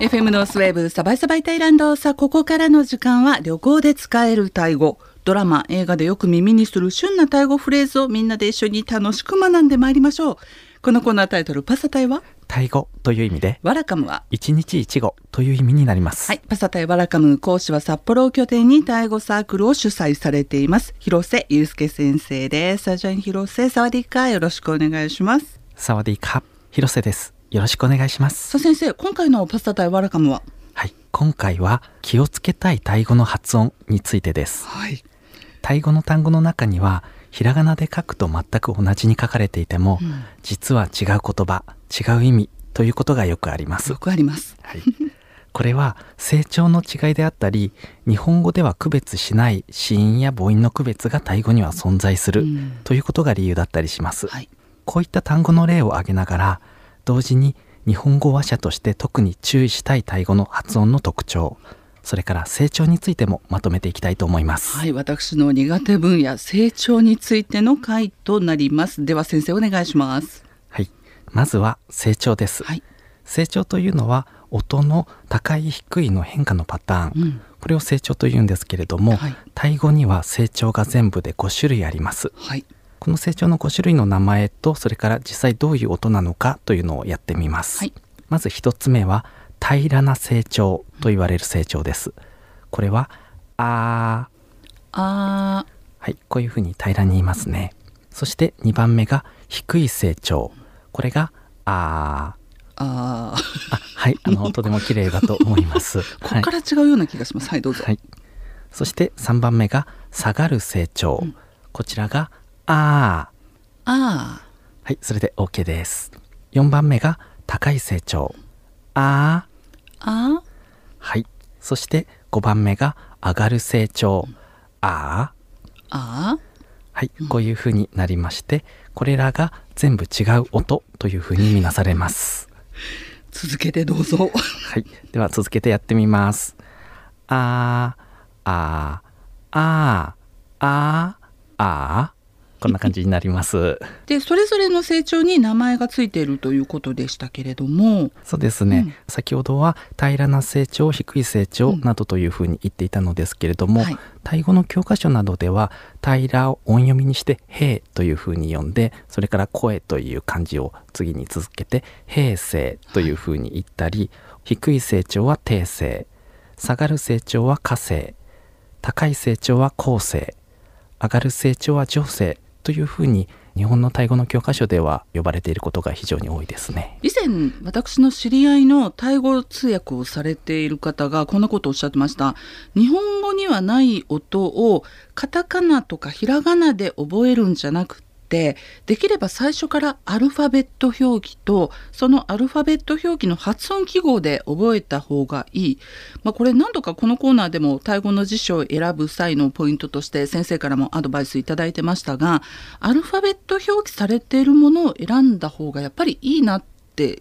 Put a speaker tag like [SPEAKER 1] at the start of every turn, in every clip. [SPEAKER 1] FM ノースウェーブサバイサバイタイランドさあここからの時間は旅行で使えるタイ語ドラマ映画でよく耳にする旬なタイ語フレーズをみんなで一緒に楽しく学んでまいりましょうこのコーナータイトル「パサタイは
[SPEAKER 2] タイ語という意味で
[SPEAKER 1] ワラカムは」
[SPEAKER 2] 一日一語という意味になります、
[SPEAKER 1] はい、パサタイワラカム講師は札幌を拠点にタイ語サークルを主催されています広瀬祐介先生ですサジャン広瀬サワディカよろしくお願いします
[SPEAKER 2] サワディーカ広瀬ですよろしくお願いします
[SPEAKER 1] さあ先生今回の「パサタイワラカムは」
[SPEAKER 2] はい今回は気をつけたいタイ語の発音についてです
[SPEAKER 1] はい
[SPEAKER 2] タイ語の単語の中にはひらがなで書くと全く同じに書かれていても、
[SPEAKER 1] うん
[SPEAKER 2] 実は違う言葉違う意味ということがよくあります
[SPEAKER 1] よくあります
[SPEAKER 2] はい、これは成長の違いであったり日本語では区別しない子音や母音の区別がタイ語には存在する
[SPEAKER 1] うん
[SPEAKER 2] ということが理由だったりします、
[SPEAKER 1] はい
[SPEAKER 2] こういった単語の例を挙げながら同時に日本語話者として特に注意したいタイ語の発音の特徴それから成長についてもまとめていきたいと思います、
[SPEAKER 1] はい、私の苦手分野成長についての回となります。では先生お願いします。
[SPEAKER 2] はい、まずは成長です、
[SPEAKER 1] はい、
[SPEAKER 2] 成長というのは音の高い低いの変化のパターン、
[SPEAKER 1] うん、
[SPEAKER 2] これを成長と言うんですけれども、
[SPEAKER 1] はい
[SPEAKER 2] タイ語には成長が全部で5種類あります
[SPEAKER 1] はい、
[SPEAKER 2] この成長の5種類の名前とそれから実際どういう音なのかというのをやってみます、
[SPEAKER 1] はい
[SPEAKER 2] まず1つ目は平らな成長と言われる成長ですこれはあー
[SPEAKER 1] あ
[SPEAKER 2] はいこういうふうに平らに言いますねそして2番目が低い成長これがあー
[SPEAKER 1] ーあー、
[SPEAKER 2] あはいあのとても綺麗だと思 います
[SPEAKER 1] ここから違うような気がします。はい、どうぞ。
[SPEAKER 2] はい、そして3番目が下がる成長、
[SPEAKER 1] うん
[SPEAKER 2] こちらが「あー
[SPEAKER 1] あ」
[SPEAKER 2] はいそれで OK です4番目が高い成長「あー
[SPEAKER 1] あ、あ」
[SPEAKER 2] はいそして5番目が上がる成長「あー
[SPEAKER 1] あ、あ」
[SPEAKER 2] はいこういう風になりましてこれらが全部違う音という風に見なされます
[SPEAKER 1] ー、続けてどうぞ。
[SPEAKER 2] はいでは続けてやってみます「あーあーあーあーあー」こんな感じになります
[SPEAKER 1] で、それぞれの成長に名前がついているということでしたけれども、
[SPEAKER 2] そうですね、
[SPEAKER 1] うん
[SPEAKER 2] 先ほどは平らな成長低い成長
[SPEAKER 1] うん
[SPEAKER 2] などというふうに言っていたのですけれども、
[SPEAKER 1] はい
[SPEAKER 2] タイ語の教科書などでは平らを音読みにして「平」というふうに読んでそれから「声」という漢字を次に続けて「平成」というふうに言ったり、低い成長は「低成」下がる成長は「下成」高い成長は「後成」上がる成長は「上成」というふうに日本のタイ語の教科書では呼ばれていることが非常に多いですね。
[SPEAKER 1] 以前私の知り合いのタイ語通訳をされている方がこんなことをおっしゃってました日本語にはない音をカタカナとかひらがなで覚えるんじゃなくってできれば最初からアルファベット表記とそのアルファベット表記の発音記号で覚えた方がいい、まあ、これ何度かこのコーナーでもタイ語の辞書を選ぶ際のポイントとして先生からもアドバイスいただいてましたがアルファベット表記されているものを選んだ方がやっぱりいいなって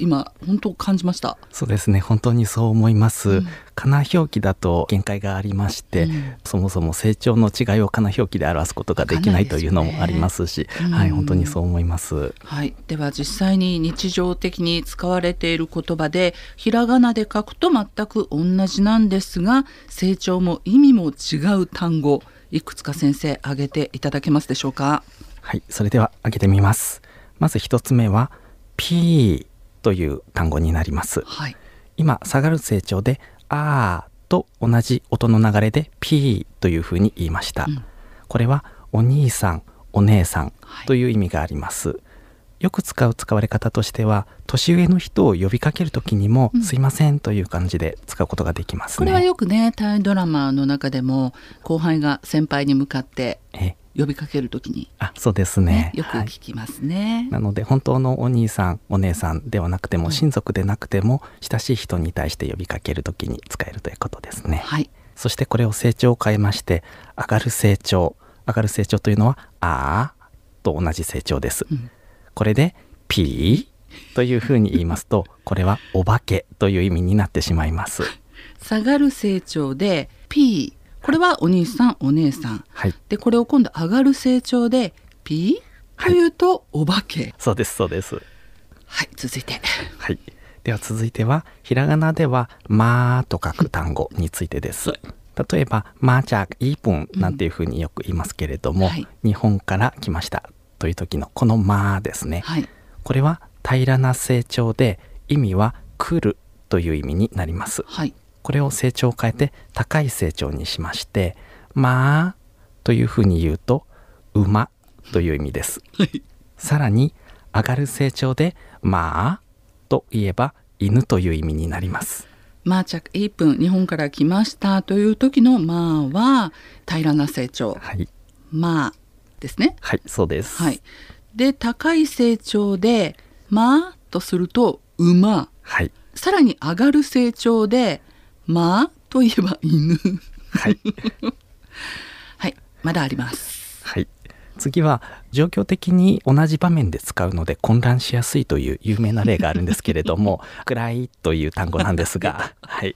[SPEAKER 1] 今本当感じました。
[SPEAKER 2] そうですね本当にそう思います、
[SPEAKER 1] うん
[SPEAKER 2] かな表記だと限界がありまして、
[SPEAKER 1] うん
[SPEAKER 2] そもそも成長の違いをかな表記で表すことができないというのもありますし
[SPEAKER 1] わかんないですよね
[SPEAKER 2] はい
[SPEAKER 1] うん
[SPEAKER 2] 本当にそう思います
[SPEAKER 1] はい、では実際に日常的に使われている言葉でひらがなで書くと全く同じなんですが成長も意味も違う単語いくつか先生挙げていただけますでしょうか
[SPEAKER 2] はいそれでは挙げてみますまず一つ目は P という単語になります
[SPEAKER 1] はい
[SPEAKER 2] 今下がる成長であーと同じ音の流れで P というふうに言いました、
[SPEAKER 1] うん
[SPEAKER 2] これはお兄さんお姉さん
[SPEAKER 1] はい
[SPEAKER 2] という意味があります、よく使う使われ方としては年上の人を呼びかける時にも、
[SPEAKER 1] うん
[SPEAKER 2] すいませんという感じで使うことができます
[SPEAKER 1] これは
[SPEAKER 2] ね
[SPEAKER 1] よくねタイドラマの中でも後輩が先輩に向かって
[SPEAKER 2] え
[SPEAKER 1] 呼びかけるときに、
[SPEAKER 2] あそうです
[SPEAKER 1] ね
[SPEAKER 2] ね
[SPEAKER 1] よく
[SPEAKER 2] はい
[SPEAKER 1] 聞きますね。
[SPEAKER 2] なので本当のお兄さんお姉さんではなくても、親族でなくても親しい人に対して呼びかける時に使えるということですね、
[SPEAKER 1] はい
[SPEAKER 2] そしてこれを成長を変えまして上がる成長上がる成長というのは「あー」と同じ成長です、
[SPEAKER 1] うん
[SPEAKER 2] これで「ピー」というふうに言いますと これは「お化け」という意味になってしまいます
[SPEAKER 1] 下がる成長で P これはお兄さんお姉さん
[SPEAKER 2] はい
[SPEAKER 1] でこれを今度上がる成長で P というとお化け
[SPEAKER 2] そうですそうです
[SPEAKER 1] はい続いて
[SPEAKER 2] はいでは続いてはひらがなでは「ま」と書く単語についてです。例えば「まーちゃいいぷん」なんていうふうによく言いますけれども、
[SPEAKER 1] うんはい
[SPEAKER 2] 日本から来ましたという時のこの「ま」ですね。
[SPEAKER 1] はい。
[SPEAKER 2] これは平らな成長で意味は「来る」という意味になります。
[SPEAKER 1] はい。
[SPEAKER 2] これを成長を変えて高い成長にしまして「まあ」というふうに言うと「馬」という意味です。
[SPEAKER 1] はい。
[SPEAKER 2] さらに上がる成長で「まあ」と言えば「犬」という意味になります。
[SPEAKER 1] まあ、着1分、日本から来ましたという時のまあは平らな成長。
[SPEAKER 2] はい、
[SPEAKER 1] まあですね。
[SPEAKER 2] はい、そうです。
[SPEAKER 1] はい。で、高い成長でまあとすると馬。
[SPEAKER 2] はい、
[SPEAKER 1] さらに上がる成長でまあといえば犬。
[SPEAKER 2] はい、
[SPEAKER 1] はい。まだあります。
[SPEAKER 2] はい。次は状況的に同じ場面で使うので混乱しやすいという有名な例があるんですけれども「暗い」という単語なんですが、はい、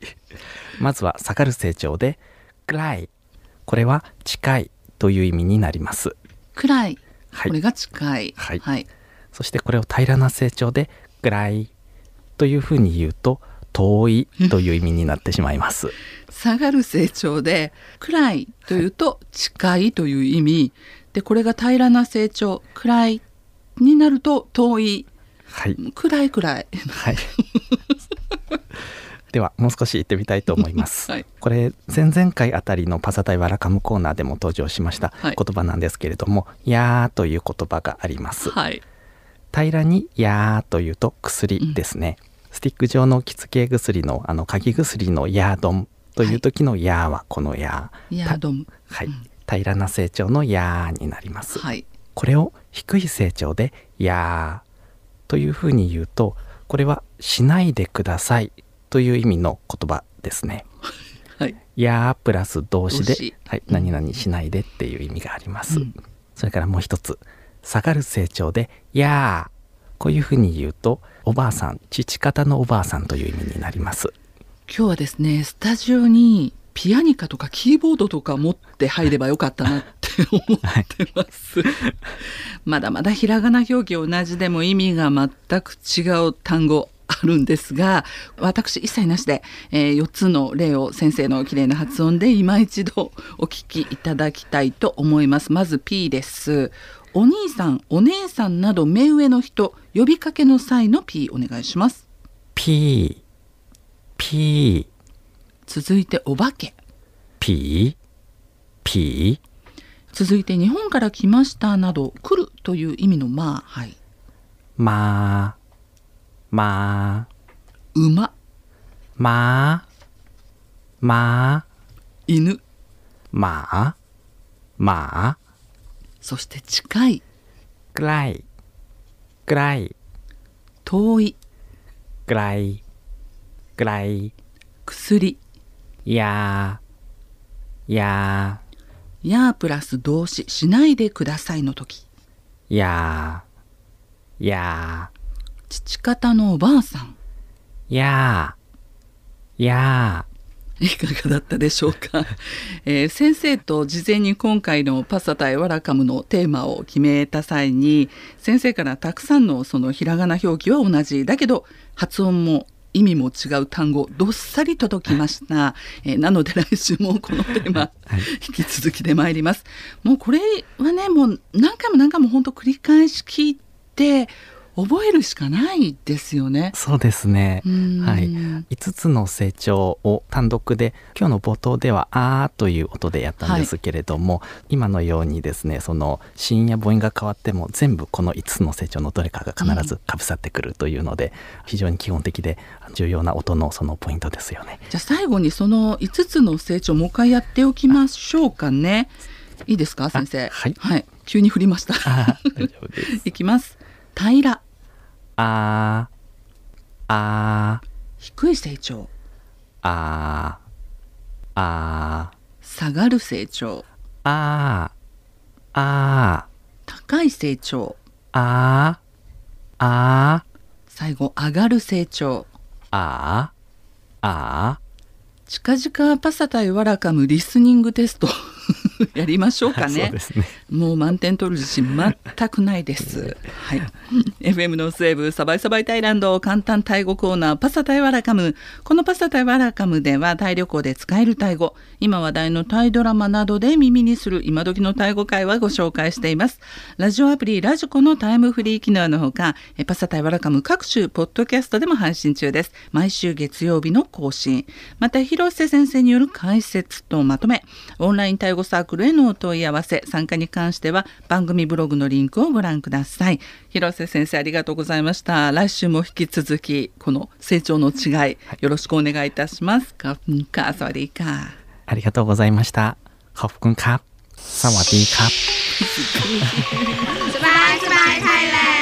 [SPEAKER 2] まずは下がる成長で「暗い」これは「近い」という意味になります
[SPEAKER 1] 暗い。
[SPEAKER 2] はい
[SPEAKER 1] これが近い。
[SPEAKER 2] はい
[SPEAKER 1] はい。
[SPEAKER 2] そしてこれを平らな成長で「暗い」というふうに言うと「遠い」という意味になってしまいます。
[SPEAKER 1] 下がる成長で暗いというと近いという意味、でこれが平らな成長暗いになると遠い
[SPEAKER 2] はい
[SPEAKER 1] 暗い暗い
[SPEAKER 2] はい。ではもう少し行ってみたいと思いま す。
[SPEAKER 1] はい
[SPEAKER 2] これ前々回あたりのパサタイワラカムコーナーでも登場しました
[SPEAKER 1] は
[SPEAKER 2] 言
[SPEAKER 1] い
[SPEAKER 2] 葉なんですけれども「やー」という言葉があります。
[SPEAKER 1] はい
[SPEAKER 2] 平らに「やー」というと薬ですね。スティック状の着付け薬のあの鍵薬の「やーどん」という時の「やー」はこの「やー」
[SPEAKER 1] ヤードン
[SPEAKER 2] はい、平らな成長の「やー」になります。
[SPEAKER 1] はい
[SPEAKER 2] これを低い成長で「やー」というふうに言うとこれは「しないでください」という意味の言葉ですね。
[SPEAKER 1] はい
[SPEAKER 2] 「やー」プラス動詞で
[SPEAKER 1] 動詞
[SPEAKER 2] 「はい、何々しないで」っていう意味があります。
[SPEAKER 1] うん
[SPEAKER 2] それからもう一つ下がる成長で「やー」こういうふうに言うとおばあさん父方のおばあさんという意味になります。
[SPEAKER 1] 今日はですねスタジオにピアニカとかキーボードとか持って入ればよかったなって思ってます、 まだまだひらがな表記同じでも意味が全く違う単語あるんですが私一切なしで、え4つの例を先生の綺麗な発音で今一度お聞きいただきたいと思いますまず P ですお兄さんお姉さんなど目上の人呼びかけの際の P お願いします
[SPEAKER 2] ピーピー
[SPEAKER 1] 続いてお化け
[SPEAKER 2] ピーピー
[SPEAKER 1] 続いて日本から来ましたなど来るという意味のまあはい
[SPEAKER 2] まーまー
[SPEAKER 1] 馬
[SPEAKER 2] まあまあ
[SPEAKER 1] 犬
[SPEAKER 2] まあまあ
[SPEAKER 1] そして近い
[SPEAKER 2] 暗い暗い
[SPEAKER 1] 遠い
[SPEAKER 2] 暗い暗い
[SPEAKER 1] 薬
[SPEAKER 2] いやーいや
[SPEAKER 1] やープラス動詞しないでくださいの時
[SPEAKER 2] ーいやーいや
[SPEAKER 1] 父方のおばあさん
[SPEAKER 2] ーいやーいや
[SPEAKER 1] いかがだったでしょうか、 えー先生と事前に今回の「パサタイワラカム」のテーマを決めた際に先生からたくさんのそのひらがな表記は同じだけど発音も意味も違う単語どっさり届きました、えーなので来週もこのテーマ引き続きで参りますもうこれはねもう何回も何回も本当繰り返し聞いて覚えるしかないですよね
[SPEAKER 2] ー そうですね
[SPEAKER 1] うん
[SPEAKER 2] はい5つの成長を単独で今日の冒頭では「あー」という音でやったんですけれども、今のようにですねその子音や母音が変わっても全部この5つの成長のどれかが必ずかぶさってくるというので、非常に基本的で重要な音のそのポイントですよね。
[SPEAKER 1] じゃあ最後にその5つの成長もう一回やっておきましょうかね。いいですか先生。
[SPEAKER 2] はい
[SPEAKER 1] 急に振りました。
[SPEAKER 2] あー大丈夫で す
[SPEAKER 1] いきます。平ら、
[SPEAKER 2] あーあー
[SPEAKER 1] 低い成長、
[SPEAKER 2] あーあー
[SPEAKER 1] 下がる成長、
[SPEAKER 2] あーあー
[SPEAKER 1] 高い成長、
[SPEAKER 2] あーあー
[SPEAKER 1] 最後上がる成長。
[SPEAKER 2] あーあ
[SPEAKER 1] 近々パサタイワラカムリスニングテスト やりましょう
[SPEAKER 2] ー
[SPEAKER 1] か
[SPEAKER 2] そう
[SPEAKER 1] ね
[SPEAKER 2] で。すね
[SPEAKER 1] もう満点取る自信全くないです。はい。FM の西部サバイサバイタイランド簡単タイ語コーナーパサタイワラカム。このパサタイワラカムではタイ旅行で使えるタイ語、今話題のタイドラマなどで耳にする今時のタイ語会はご紹介しています。ラジオアプリラジコのタイムフリー機能のほか、えパサタイワラカム各種ポッドキャストでも配信中です。毎週月曜日の更新。また広瀬先生による解説とまとめ、オンラインタイ語サークルへのお問い合わせ、参加に関しては番組ブログのリンクをご覧ください。広瀬先生ありがとうございました。来週も引き続きこの成長の違い、よろしくお願いいたします。カフンカサワディーカー。
[SPEAKER 2] ありがとうございました。ขอบคุณครับสวัสดีครับ
[SPEAKER 3] สบายสบายไทยแลนด์